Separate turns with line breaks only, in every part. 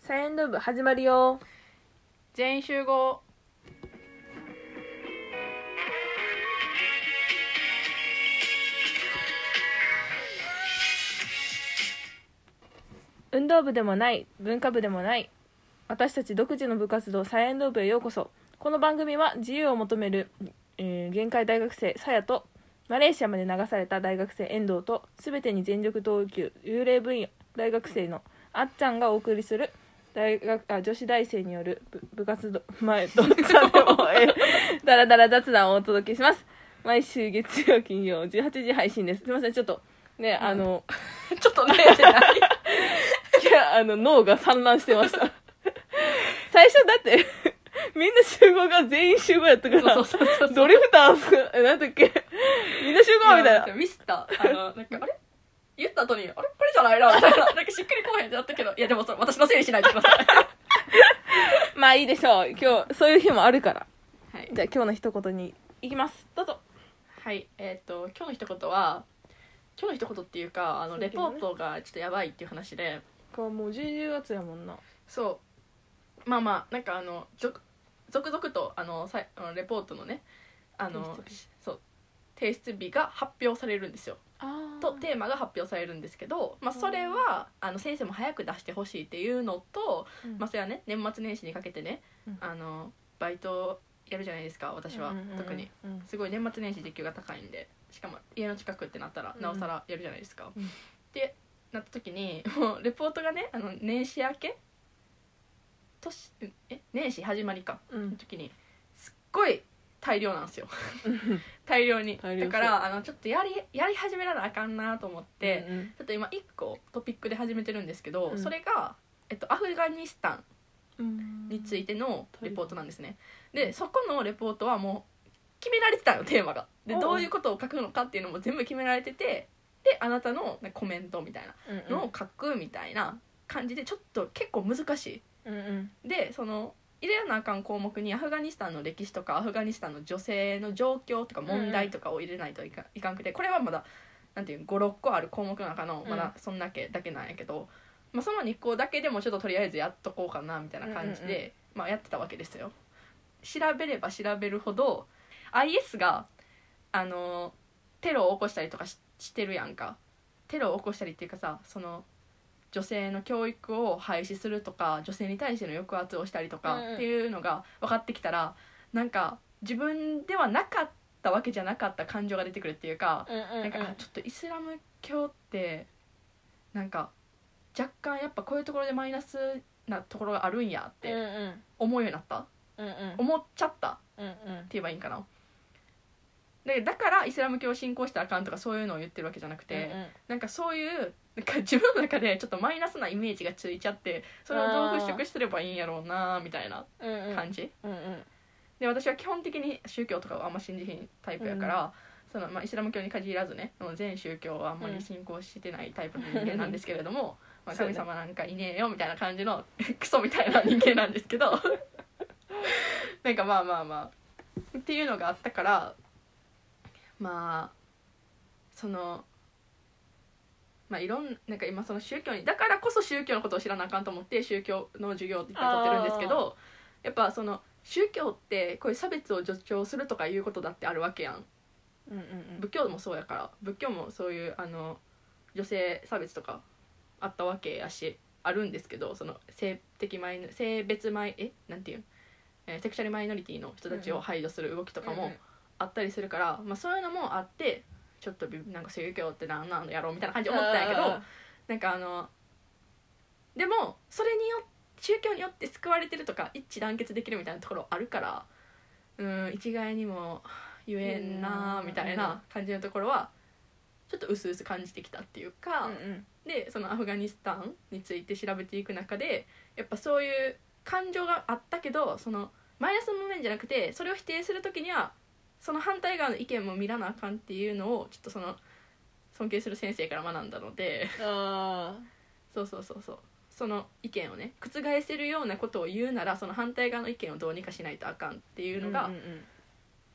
サイエンド部始まるよ
全員集合
運動部でもない文化部でもない私たち独自の部活動サイエンド部へようこそこの番組は自由を求める、えー限界大学生さやとマレーシアまで流された大学生遠藤と全てに全力投球幽霊部員大学生のあっちゃんがお送りする大学あ女子大生による部部活動前どっちでもえ えダラダラ雑談をお届けします毎週月曜金曜18時配信ですすいませんちょっとね、あの
ちょっと慣れてない
いや、 あの、脳が散乱してました。 最初だって、みんな集合が全員集合やったか
そう
ら、
そうそうそう
ドリフターズ、えなんだっけ、みんな集合みたいな。
ミスったあのなんかあれ言った後にあれこれじゃない なみたいななんかしっくりこうへんってなったけどいやでもそれ私のせいにしないでください
まあいいでしょう。今日、そういう日もあるから。
はい
じゃあ今日の一言に行きます。どうぞ。
はい、えっ、と今日の一言は今日の一言っていうかあのレポートがちょっとやばいっていう話で
これもう10月やもんな。
そうまあまあなんかあの続続々とあのさいあのレポートのねあの
提出
そう提出日が発表されるんですよ
あ
と
と、
テーマが発表されるんですけど、まあ、それはあの先生も早く出してほしいっていうのと、まあ、それはね年末年始にかけてね、
うん
あのバイトやるじゃないですか私は、特に。
うん
すごい年末年始時給が高いんでしかも家の近くってなったら
うん
なおさらやるじゃないですか、
うん
でなった時にもうレポートがねあの年始明け年え年始始まりか
うん。う
の
ん
時にすっごい大量なんですよ 大量に
大量そ
だ
う
からあのちょっとやりやり始めならあかんなと思って、
うんうん
ちょっと今1個トピックで始めてるんですけど、
うん
それが、えっと、アフガニスタン
うん
についてのレポートなんですねでそこのレポートはもう決められてたのテーマがで
おう
どういうことを書くのかっていうのも全部決められててであなたのねコメントみたい
うんうん
なのを書くみたいな感じでちょっと結構難し
うんうん
いでその入れなあかん項目にアフガニスタンの歴史とかアフガニスタンの女性の状況とか問題とかを入れないといか,、ん、いかんくてこれはまだなんていう56個ある項目の中のまだそんだけだけなんやけど、まあ、その2個だけでもちょっととりあえずやっとこうかなみたいな感じで、
うんうん
まあ、やってたわけですよ。調べれば調べるほど IS があのテロを起こしたりとかししてるやんかテロを起こしたりっていうかさその女性の教育を廃止するとか女性に対しての抑圧をしたりとか
うんうん
っていうのが分かってきたらなんか自分ではなかったわけじゃなかった感情が出てくるっていうか
うんうんうん
なんかあちょっとイスラム教ってなんか若干やっぱこういうところでマイナスなところがあるんやっ
うん
て思うようになった
うんうん
思っちゃった
うんうん
って言えばいいんかなだだからイスラム教を信仰したらあかんとかそういうのを言ってるわけじゃなくて、
うんうん
なんかそういうなんか自分の中でちょっとマイナスなイメージがついちゃってそれをどう払拭してればいいんやろうなみたいな
うんうん
感じ、
うんうん
で私は基本的に宗教とかはあんま信じひんタイプやから、そのまあ、イスラム教に限らずねもう全宗教はあんまり信仰してないタイプの人間なんですけれども、まあ、
そうね
神様なんかいねえよみたいな感じの クソみたいな人間なんですけど なんかまあまあまあっていうのがあったからまあその。まあ、いろんなんか今その宗教にだからこそ宗教のことを知らなあかんと思って宗教の授業をいっぱい取ってるんですけどやっぱその宗教ってこういう差別を助長するとかいうことだってあるわけやん
うんうんうん
仏教もそうやから仏教もそういうあの女性差別とかあったわけやしあるんですけどその性的マイノ性別マイえなんていうん、えーセクシャルマイノリティの人たちを排除する動きとか
うんう
も
ん
あったりするから、まあ、そういうのもあってちょっとびなんか宗教ってなんなんやろうみたいな感じで思ったんやけどなんかあのでもそれによ宗教によって救われてるとか一致団結できるみたいなところあるからうん一概にも言えんな
うん
みたいな感じのところはちょっと薄々感じてきたっていうか、
うん
でそのアフガニスタンについて調べていく中でやっぱそういう感情があったけどそのマイナスの面じゃなくてそれを否定する時にはその反対側の意見も見らなあかんっていうのをちょっとその尊敬する先生から学んだので。
あ
そうそうそうそうその意見をね覆せるようなことを言うならその反対側の意見をどうにかしないとあかんってい
ー
うのが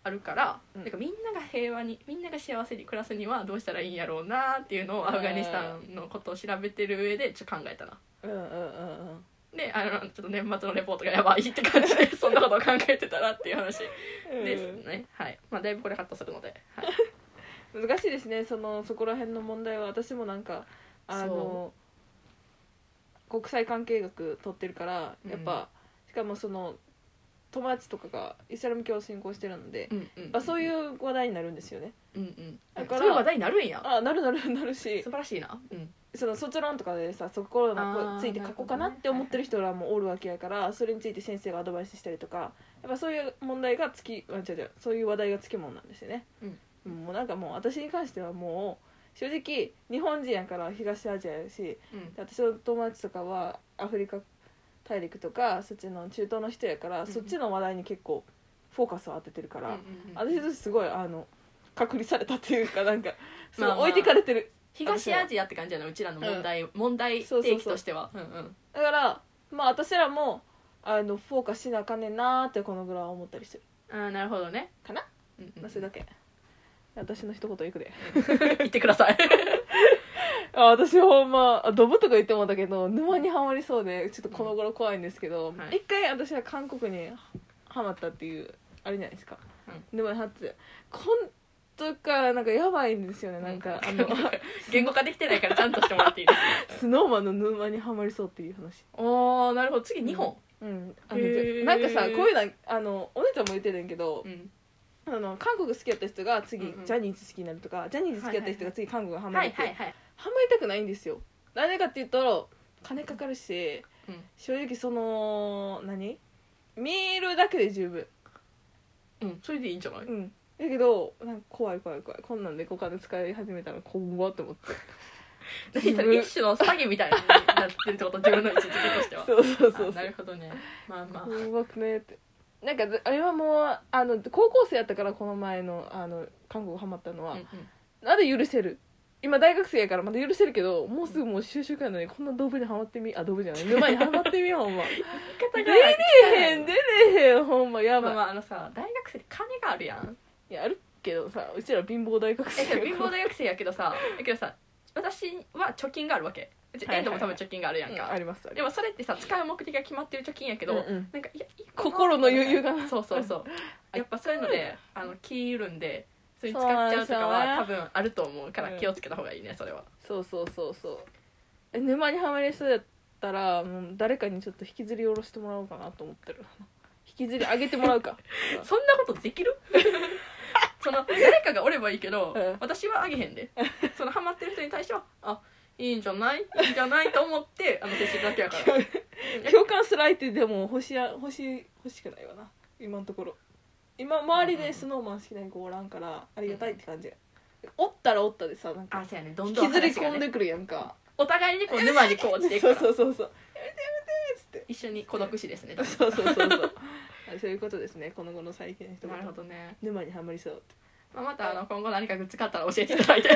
あるから、
うん
なんかみんなが平和にみんなが幸せに暮らすにはどうしたらいいんやろうなっていうのをアフガニスタンのことを調べてる上でちょっと考えたな。
うんうんうんうん
であのちょっと年末のレポートがやばいって感 じでそんなことを考えてたらっていう話ですね、はいまあだいぶこれカットするので、はい、
うん難しいですねそのそこら辺の問題は私もなんかあの国際関係学取ってるからやっぱ、しかもその友達とかがイスラム教を信仰してるので、
うんうん
まあ、そういう話題になるんですよね
うんうん
だから
そういう話題になるんや
あなるなるなるし
素晴らしいなうん
その卒論とかでさそこの
あー
について書こうかなって思ってる人らもおるわけやからそれについて先生がアドバイスしたりとかやっぱそういう問題がつきあ違う違うそういう話題がつきものなんですよね、うんもうなんかもう私に関してはもう正直日本人やから東アジアやし
うん
私の友達とかはアフリカ大陸とかそっちの中東の人やから、
ん
そっちの話題に結構フォーカスを当ててるから、
うんうん
私としてすごいあの隔離されたっていうかなんかすごい
まあまあ
置いてかれてる、
東アジアって感じやなうちらの問題、問題
そうそうそう
提起としてはうんうん
だからまあ私らもあのフォーカスしなあかんねんなーってこのぐらいは思ったりする
あーなるほどね、
かな、
うんうん
まあ、それ だけ私の一言いくで
言ってください
あ私ほんまあドブとか言ってもだけど沼にはまりそうでちょっとこの頃怖いんですけど、
はい
一回私は韓国にはまったっていうあれじゃないですか、
う
沼にはまってこんとかなんかやばいんですよね なんか、あの
言語化できてないからちゃんとしてもらっていいですか
スノーマンの沼にはまりそうっていう話
おーなるほど次2本
うんあの
へー
なんかさこういうのあのお姉ちゃんも言ってるんやけど、
ん
あの韓国好きやった人が次、
うんうん
ジャニーズ好きになるとかジャニーズ好きやった人が次韓国がハマ
は
り
い
って、
はいはい
ハマりたくないんですよなんでかっていうと金かかるし、
うん
正直その何見るだけで十分
うんそれでいいんじゃない
うんだけどなんか怖い怖い怖いこんなんでお金使い始めたら怖って思って
何それ一種の詐欺みたいになってるってこと自分の位置づけとしては
そうそうそう
あ
そ
な
う
るほどねまあまあ
怖くねってなんかあれはもうあの高校生やったからこの前のあの韓国ハマったのは、なんで許せる今大学生やからまだ許せるけどもうすぐもう就職やのにこんな動物にはまってみあ動物じゃない沼にはまってみようほんま出
出
れへん出れへんほんまやば
まあ
い,、
まああのさ大学生って金があるやん
いやあるけどさうちら貧乏大学
え
生
じゃあ貧乏
大
大学生やけどさだけどさ私は貯金があるわけうち
はいは
エ
い
ンドも多分貯金があるやん
あ
か
りますあり
で
ま
もそれってさ使う目的が決まってる貯金やけど
うんうん
なんかいやいいかな
心の余裕が
そうそうそうやっぱそういうのであの気いるんでそれに使っちゃうとか
そう
は
な
多
んで
分あると思うから
うん
気をつけた方がいいねそれは
すそうそうそうそうえ沼にはまりそうやったらもう誰かにちょっと引きずり下ろしてもらおうかなと思ってる引きずり上げてもら うか
そんなことできる その誰かがおればいいけど、
うん
私はあげへんでそのハマってる人に対してはあいいんじゃないいいんじゃないと思ってあの接してるだけ やから
共感する相手でも欲しや欲し欲しくないわな今のところ今周りでスノーマン好きな子おらんからありがたいって感じ、おったらおったでさなんか
あそうやねどん
引
どん
きずり
話が
込ん
ね
でくるやんか、
お互いにこう沼にこう落ちていく
そう
か
そう
ら
そうそう
一緒に孤独死ですね
そうそうそう そうあそういうことですねこの後の最近の人
なるほどね、
沼にはまりそうって
まあ、またあの今後何かグッズ買ったら教えていただ いて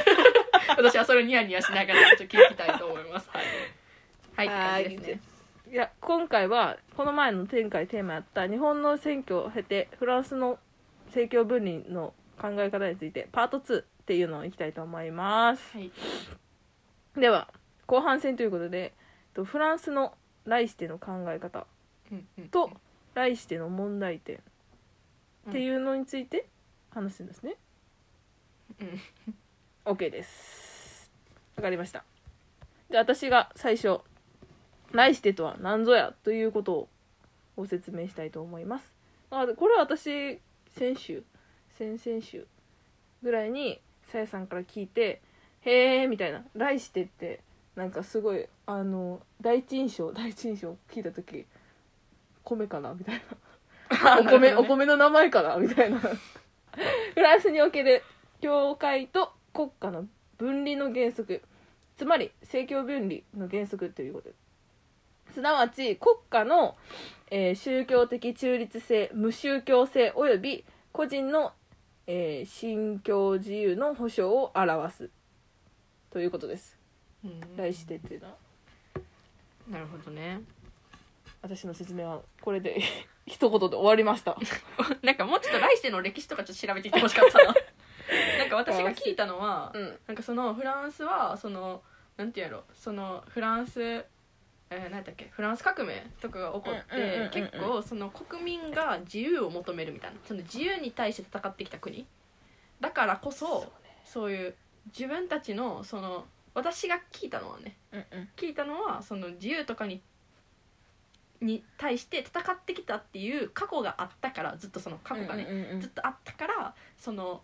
私はそれをニヤニヤしながらちょっと聞きたいと思いますはい、はい、って感じですね
いや今回はこの前の前回テーマやった日本の選挙を経てフランスの政教分離の考え方についてパート2っていうのをいきたいと思います
はい
では後半戦ということでえっとフランスの来しての考え方
うんうん
と来しての問題点っていうのについて話すんですね、
うん
OK ですわかりましたで私が最初来してとは何ぞやということをご説明したいと思いますあこれは私先週先々週ぐらいにさやさんから聞いて「へえ」みたいな「来して」ってなんかすごいあの第一印象第一印象聞いた時米かなみたいなお
なるほど
米、
ね
お米の名前かなみたいな。フランスにおける教会と国家の分離の原則。つまり、政教分離の原則ということです。すなわち、国家の、えー宗教的中立性、無宗教性及び個人の、えー信教自由の保障を表す。ということです。
うん
題してっていうのは、
なるほどね
私の説明はこれで 一言で終わりました。
なんかもうちょっと来世の歴史とかちょっと調べていってほしかった ななんか私が聞いたのは
うん。
なんかそのフランスはそのなんていうやろそのフランスえー、何だっけフランス革命とかが起こって、
うんうんうんうん
結構その国民が自由を求めるみたいなその自由に対して戦ってきた国だからこそそう,、いう自分たちのその私が聞いたのはね
うんうん
聞いたのはその自由とかにに対して戦ってきたっていう過去があったからずっとその過去がね、
うんうんうん
ずっとあったからその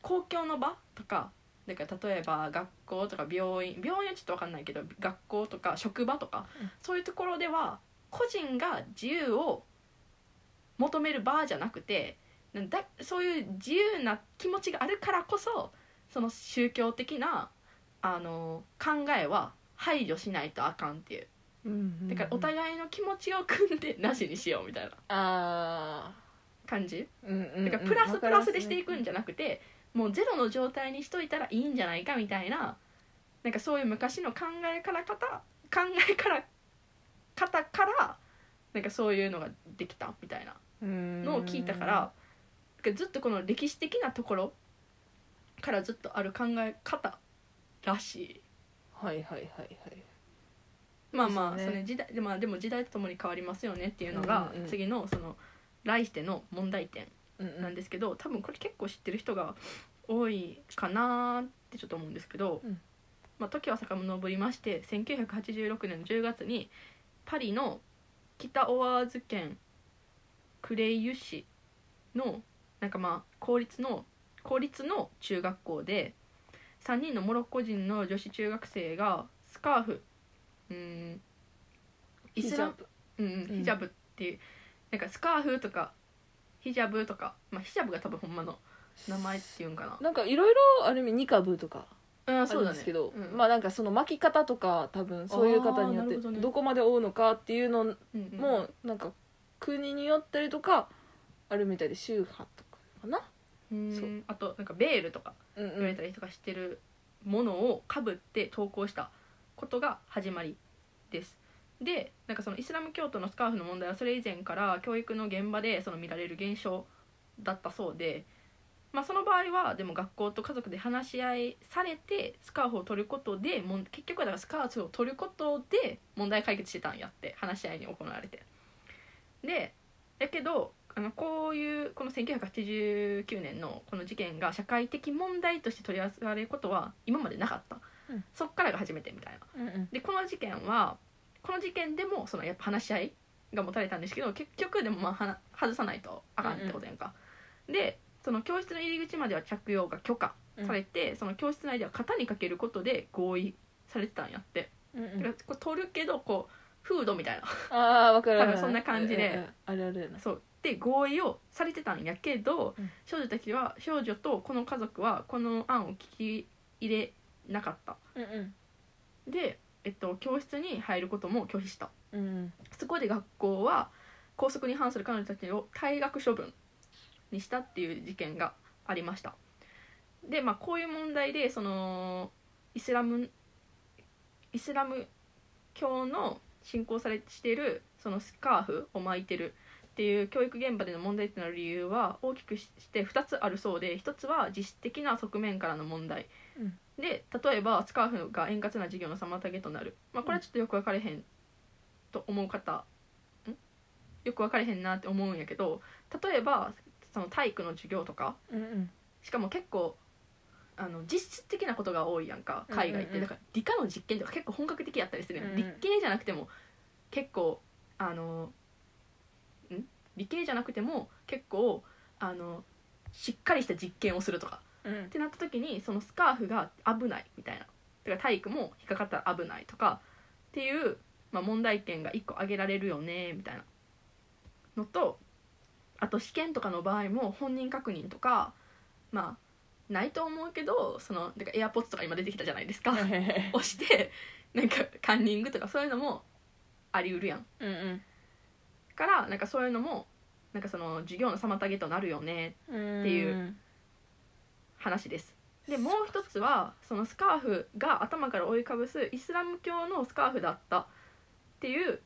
公共の場とかなんか例えば学校とか病院病院はちょっと分かんないけど学校とか職場とか、
うん
そういうところでは個人が自由を求める場じゃなくてなんだそういう自由な気持ちがあるからこそその宗教的なあの考えは排除しないとあかんっていう
うんうん
だからお互いの気持ちを組んでなしにしようみたいな
あ
感じ。
ーうんうんうん
だからプラスプラスでしていくんじゃ
ゃ
なくてもうゼロの状態にしといたらいいんじゃないかみたいななんかそういう昔の考えから方考えから方からなんかそういうのができたみたいなのを聞いたからなんかずっとこの歴史的なところからずっとある考え方らしい。
はいはいはいはい
まあまあ
です
そ
ね
の時代で,、まあ、でも時代とともに変わりますよねっていうのが
うんうんうん
次のその来世の問題点
うんう
なんですけど多分これ結構知ってる人が多いかなーってちょっと思うんですけど、
うん
まあ、時は遡りまして1986年の10月にパリの北オワーズ県クレイユ市のなんかまあ公立の公立の中学校で3人のモロッコ人の女子中学生がスカーフうーんイスラムうんうん
うん
ヒジャブっていう、なんかスカーフとかヒジャブとか、まあ、ヒジャブが多分ほんまの名前っていうんか
なんかいろいろある意味ニカブとか
なうん
あ
そ
る
うんだ
で
ね
すけど、
うん
まあなんかその巻き方とか多分そういう方によっ
あーなる
て
ほどね
どこまで追うのかっていうの
うんうん
もなんか国によったりとかあるみたいで宗派とかかな、
うん
そう
あとなんかベールとか
うんう
言われたりとかしてるものをかぶって投稿したことが始まりですでなんかそのイスラム教徒のスカーフの問題はそれ以前から教育の現場でその見られる現象だったそうで、まあ、その場合はでも学校と家族で話し合いされてスカーフを取ることでもん結局はだからスカーフを取ることで問題解決してたんやって話し合いに行われてでやけどあのこういうこの1989年のこの事件が社会的問題として取り扱われることは今までなかった、
うん
そっからが初めてみたいな
うんうん
でこの事件はこの事件でもそのやっぱ話し合いが持たれたんですけど結局でもまあはな外さないとあかんってことやんか、でその教室の入り口までは着用が許可されて、その教室内では型にかけることで合意されてたんやって、
うんうん
だからこう取るけどこうフードみたいな
ああ分かる
多分そんな感じで
うんうんうんあるあるやな
そうで合意をされてたんやけど、
うん
少女たちは少女とこの家族はこの案を聞き入れなかった
うんうん
で、えっと、教室に入ることも拒否した
うん
そこで学校は校則に反する彼女たちを退学処分にしたっていう事件がありましたでまあこういう問題でそのイスラムイスラム教の信仰されしているそのスカーフを巻いてるっていう教育現場での問題となる理由は大きくしして2つあるそうで1つは実質的な側面からの問題、
うん
で例えばスカーフが円滑な授業の妨げとなる、まあ、これはちょっとよく分かれへんと思う方んよく分かれへんなって思うんやけど例えばその体育の授業とか
うんうん
しかも結構あの実質的なことが多いやんか
うんうんうん
海外って、だから理科の実験とか結構本格的やったりするやん、
うんうん
理系じゃなくても結構あのん理系じゃなくても結構あのしっかりした実験をするとか
うん
ってなった時にそのスカーフが危ないみたいなてか体育も引っかかったら危ないとかっていう、まあ、問題点が1個挙げられるよねみたいなのとあと試験とかの場合も本人確認とかまあないと思うけどそのだからエアポッツとか今出てきたじゃないですか 押してなんかカンニングとかそういうのもありうるやん
うんうん
からなんかそういうのもなんかその授業の妨げとなるよね
って
いう話ですでもう一つはそのスカーフが頭から覆いかぶすイスラム教のスカーフだったっていう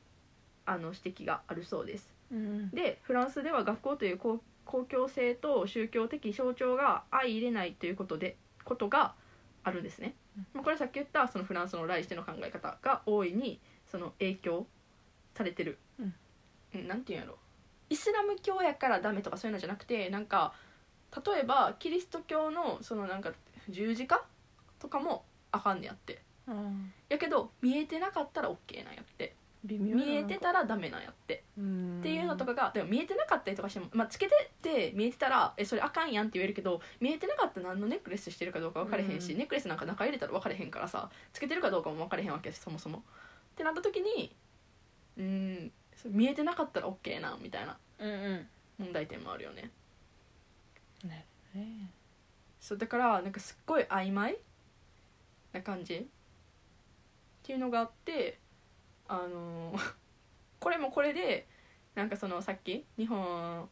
あの指摘があるそうです
うん
でフランスでは学校という公公共性と宗教的象徴が相入れないということでことがあるんですね、まあこれはさっき言ったそのフランスの来世の考え方が大いにその影響されてる、
うん
うんなんていうんやろイスラム教やからダメとかそういうのじゃなくてなんか例えばキリスト教のそのなんか十字架とかもあかんねやって
うん
やけど見えてなかったら OK なんやって
微妙
見えてたらダメなんやって
っ
っていうのとかがでも見えてなかったりとかしても、まあ、つけてて見えてたら「えそれあかんやん」って言えるけど見えてなかったら何のネックレスしてるかどうか分かれへんし、
うん
ネックレスなんか中入れたら分かれへんからさつけてるかどうかも分かれへんわけやしそもそも。ってなった時にうーんそう見えてなかったら OK なみたいな
うんうん
問題点もあるよね。
なるほどね
そうだからなんかすっごい曖昧な感じっていうのがあってあの ーこれもこれでなんかそのさっき日本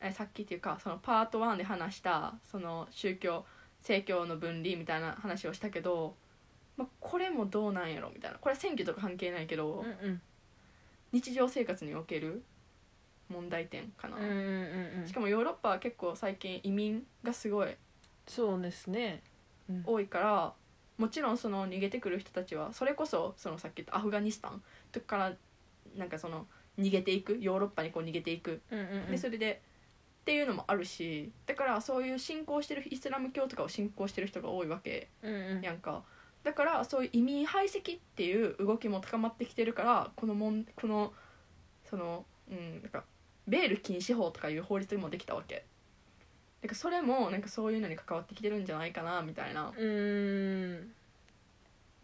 えさっきっていうかそのパート1で話したその宗教政教の分離みたいな話をしたけど、まあ、これもどうなんやろみたいなこれは選挙とか関係ないけど、
うんうん
日常生活における問題点かな、
うんうんうん
しかもヨーロッパは結構最近移民がすごい
そうですねうん
多いからもちろんその逃げてくる人たちはそれこそそのさっき言ったアフガニスタンとかからなんかその逃げていくヨーロッパにこう逃げていく
うんうんうん
でそれでっていうのもあるしだからそういう信仰してるイスラム教とかを信仰してる人が多いわけ
うんうん
やんかだからそういう移民排斥っていう動きも高まってきてるからこのもんこのそのうんなんかベール禁止法とかいう法律もできたわけだからそれもなんかそういうのに関わってきてるんじゃないかなみたいな
うーん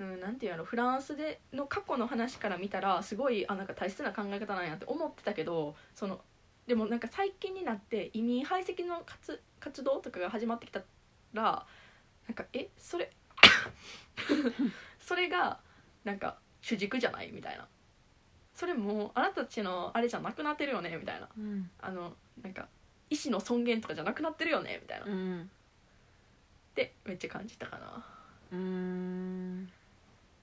うん、なんていうやろフランスでの過去の話から見たらすごいあなんか大切な考え方なんやって思ってたけどそのでもなんか最近になって移民排斥の活活動とかが始まってきたらなんかえそれそれがなんか主軸じゃないみたいなそれもあなたたちのあれじゃなくなってるよねみたいな
うん
あのなんか意思の尊厳とかじゃなくなってるよねみたいなっ
うん
てめっちゃ感じたかな
うーん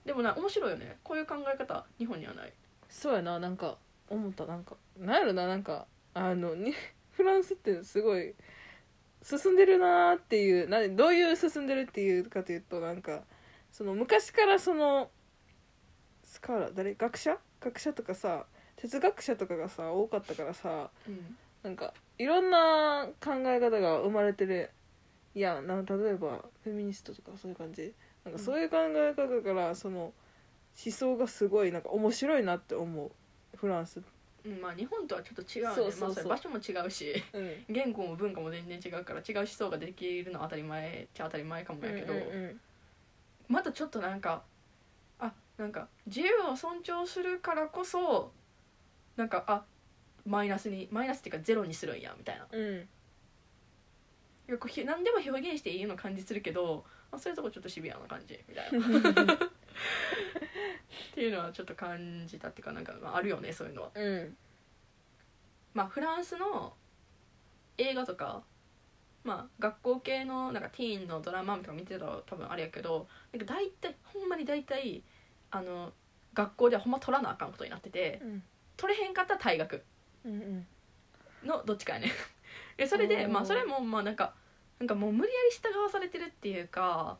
でもな面白いよねこういう考え方日本にはない
そうやななんか思ったなんかなんやろななんかあのに フランスってすごい進んでるなーっていうなどういう進んでるっていうかというとなんかその昔からそのスカーラ誰学者学者とかさ哲学者とかがさ多かったからさ
うん
なんかいろんな考え方が生まれてるいやんなんか例えばフェミニストとかそういう感じなんかそういう考え方からその思想がすごいなんか面白いなって思うフランス、
うんまあ日本とはちょっと違うね
そうそうそう
まあそれ場所も違うし
うん、
言語も文化も全然違うから違う思想ができるのは当たり前っちゃ当たり前かもやけど、
うんうん
またちょっとなんかあなんか自由を尊重するからこそなんかあマイナスにマイナスっていうかゼロにするんやみたいな
うん
いやこうひ何でも表現していいような感じするけど、まあ、そういうとこちょっとシビアな感じみた いなっていうのはちょっと感じたっていうかなんか、まあ、あるよねそういうのは。
うん
まあ、フランスの映画とか、まあ、学校系のなんかティーンのドラマとか見てたら多分あれやけどなんか大体ほんまに大体あの学校ではほんま取らなあかんことになってて
うん
取れへんかったら退学
うんうん
のどっちかやね でそれで、
おー
まあ、それもまあなんかなんかもう無理やり従わされてるっていうか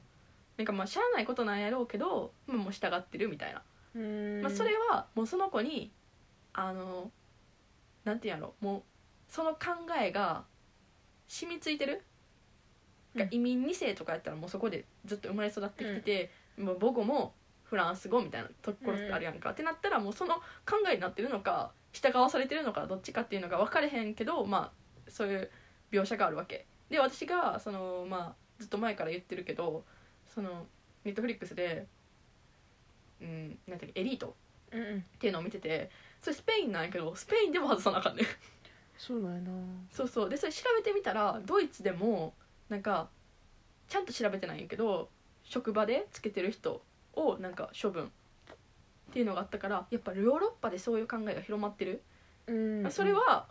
なんかまあしゃあないことなんやろうけど、まあ、もう従ってるみたいな。
うん
まあ、それはもうその子にあのなんていうんやろもうその考えが染みついてる、
うん
移民2世とかやったらもうそこでずっと生まれ育ってきてて、もう母語もフランス語みたいなところってあるやんか、ってなったらもうその考えになってるのか従わされてるのかどっちかっていうのが分かれへんけどまあそういう描写があるわけで私がそのまあずっと前から言ってるけどそのネットフリックスで「うん、なんていうのエリート」
うんうん
っていうのを見ててそれスペインなんやけどスペインでも外さなあかんねん
そうだよな
そうそうでそれ調べてみたらドイツでもなんかちゃんと調べてないんやけど職場でつけてる人をなんか処分っていうのがあったからやっぱヨーロッパでそういう考えが広まってる、
うん
それは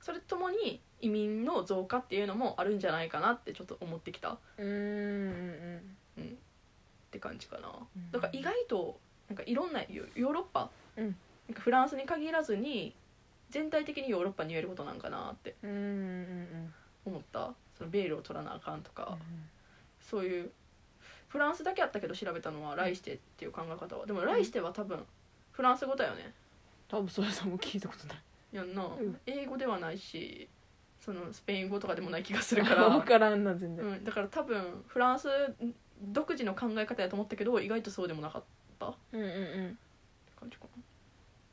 それともに移民の増加っていうのもあるんじゃないかなってちょっと思ってきたっ
うんうん
て感じかな
うん
だから意外となんかいろんなヨヨーロッパ、
うん
なんかフランスに限らずに全体的にヨーロッパに言えることなんかなって
うんうんうんうん
思ったそのベールを取らなあかんとか、そういうフランスだけあったけど調べたのは来してっていう考え方はでも来しては多分フランス語だよね
多分それさも聞いたことない
やんな、
ん
英語ではないしそのスペイン語とかでもない気がする
だ
か
から分
ら、
からんな全然、
うん、だから多分フランス独自の考え方やと思ったけど意外とそうでもなかった
うん、うんうん
感じか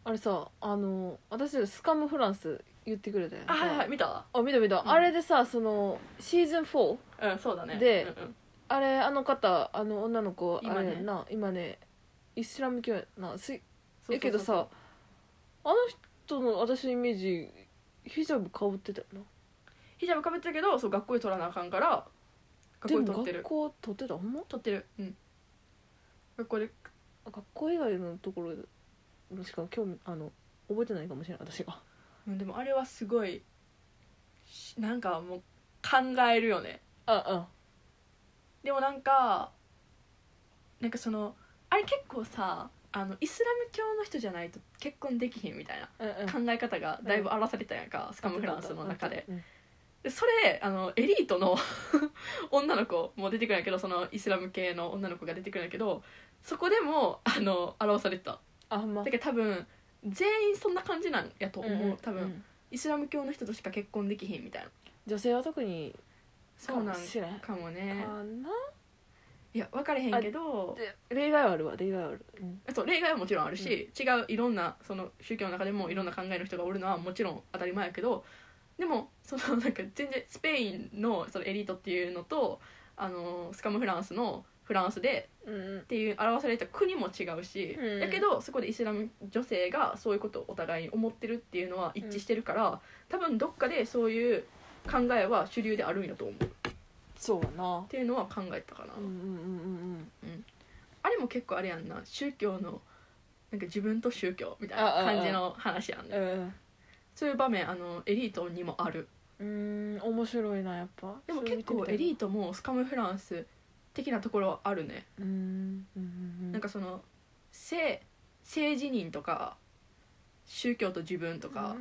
あれさあの私スカムフランス言ってくれたよね
なあはいはい見た
あ見た見た、
ん
あれでさそのシーズン4
うんそうだね
で
うんうん
あれあの方あの女の子
今ね
あれやんな今ねイスラム教やなす
そうそうそう
やけどさあの人の私のイメージヒジャブかぶってたよな
ヒジャブかぶってるけどそう学校で取らなあかんから学
で
校
も
で取って
学
る
校取ってたほんま
取ってるうん学校で
あ学校以外のところにしか興味あの覚えてないかもしれない私が
うんでもあれはすごいしなんかもう考えるよね
あ
でもなんかなんかそのあれ結構さあのイスラム教の人じゃないと結婚できひんみたいな
あうんうん
考え方がだいぶ荒らされたやんか、スカムフランスの中ででそれあのエリートの 女の子も出てくるんやけどそのイスラム系の女の子が出てくるんやけどそこでもあの表されてた
あほんま
だけど多分全員そんな感じなんやと思う、
うんうん
多分、
うん
イスラム教の人としか結婚できひんみたいな
女性は特に
そ
か
うな
も
ん
しれん
かもね
かない
や分かれへんけど
で例外はあるわ例外はある、うん
そう例外はもちろんあるし、違ういろんなその宗教の中でもいろんな考えの人がおるのはもちろん当たり前やけどでもそのなんか全然スペインのそのエリートっていうのとあのスカムフランスのフランスで
うん
っていう表された国も違うし、
うん
だけどそこでイスラム女性がそういうことをお互いに思ってるっていうのは一致してるから、多分どっかでそういう考えは主流であるんやと思うっ
そうやな
ていうのは考えたかな、
うんうんうんうん
あれも結構あれやんな宗教のなんか自分と宗教みたいな感じの話やん
う
ね
ん
そういう場面あのエリートにもある
うんうーん面白いなやっぱ
でも結構エリートもスカムフランス的なところはあるね、
トうんうんうん
なんかその性性自認とか宗教と自分と
と
か、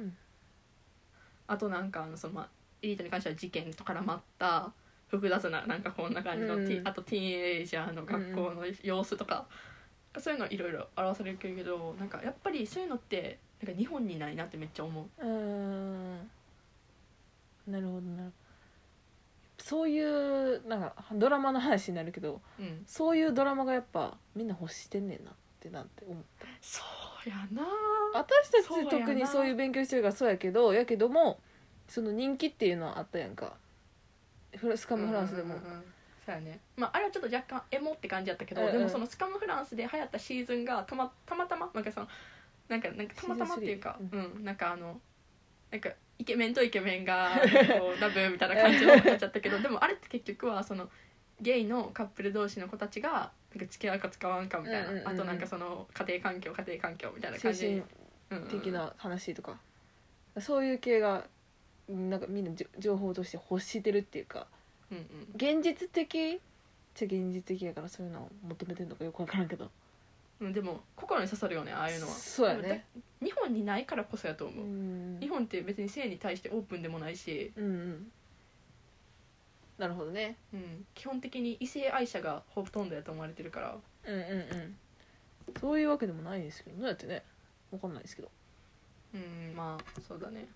あとなんかあのその、まあ、エリートに関しては事件と絡まった複雑ななんかこんな感じのティ、
うん
あとティーンエイジャーの学校の様子とか、そういうのいろいろ表されるけどなんかやっぱりそういうのってなんか日本にないなってめっちゃ思う
うーんなるほどなるほどそういうなんかドラマの話になるけど
うん、
そういうドラマがやっぱみんな欲してんねんなってなんて思う
そうやな
私たち
そうやな
特にそういう勉強してるからそうやけどやけどもその人気っていうのはあったやんかフラスカムフランスでも
うんうんうんそうやねまああれはちょっと若干エモって感じやったけど、
うんうん
でもそのスカムフランスで流行ったシーズンがたまたまたまなんかそのなんかなんかたまたまっていうか
シー
うん、なんかあのなんかイケメンとイケメンが こうラブみたいな感じになっちゃったけどでもあれって結局はそのゲイのカップル同士の子たちがなんか付き合うか付き合わんかみたいな、
うんうんうんうん
あとなんかその家庭環境家庭環境みたいな
精
感じ
神
うんうん
的な話とか、そういう系がなんかみんなじょ情報として欲してるっていうか
うんうん
現実的っちゃ現実的やからそういうのを求めてんのかよく分からんけど
うん、でも心に刺さるよねああいうのは
そうやね
日本にないからこそやと思
う
う、
ん
日本って別に性に対してオープンでもないし、
うんうんなるほどね
うん、基本的に異性愛者がほとんどやと思われてるから
うんうんうんそういうわけでもないですけどどうやってね分かんないですけど
うんまあそうだね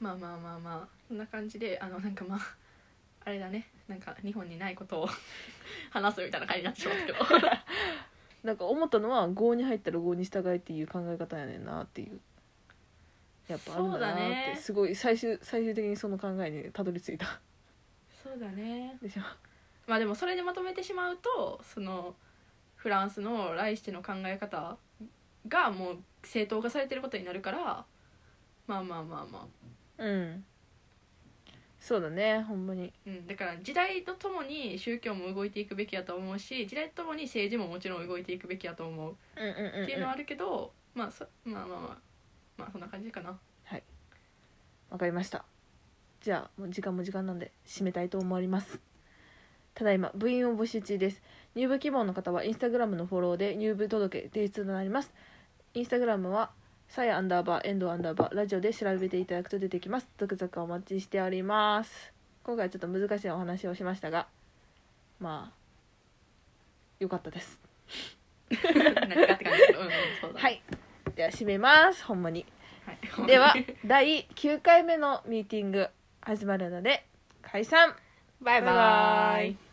まあまあまあまあそんな感じであのなんかまああれだねなんか日本にないことを 話すみたいな感じになってしまったけど
なんか思ったのは5に入ったら5に従えっていう考え方やねんなっていうやっぱあるんだなっ
そうだ
て、
ね
すごい最終最終的にその考えにたどり着いた
そうだね
でしょ
まあでもそれでまとめてしまうとそのフランスのライシテの考え方がもう正当化されてることになるからまあまあまあまあ
うんそうだねほんまに
うん、だから時代とともに宗教も動いていくべきやと思うし時代とともに政治ももちろん動いていくべきやと思う
うんうんうん、
っていうのはあるけど、まあそまあまあまあまあそんな感じ かな
わかりましたじゃあもう時間も時間なんで締めたいと思いますただいま部員を募集中です入部希望の方はインスタグラムのフォローで入部届提出となりますインスタグラムはさやアンダーバーエンドアンダーバーラジオで調べていただくと出てきます続々お待ちしております今回はちょっと難しいお話をしましたがまあ良かったです
何かって感じだけどうんうんそうだね
はいでは締めますほんまに
はい
で は第9回目のミーティング始まるので解散
バイバ
バイバ
ー
イ
イ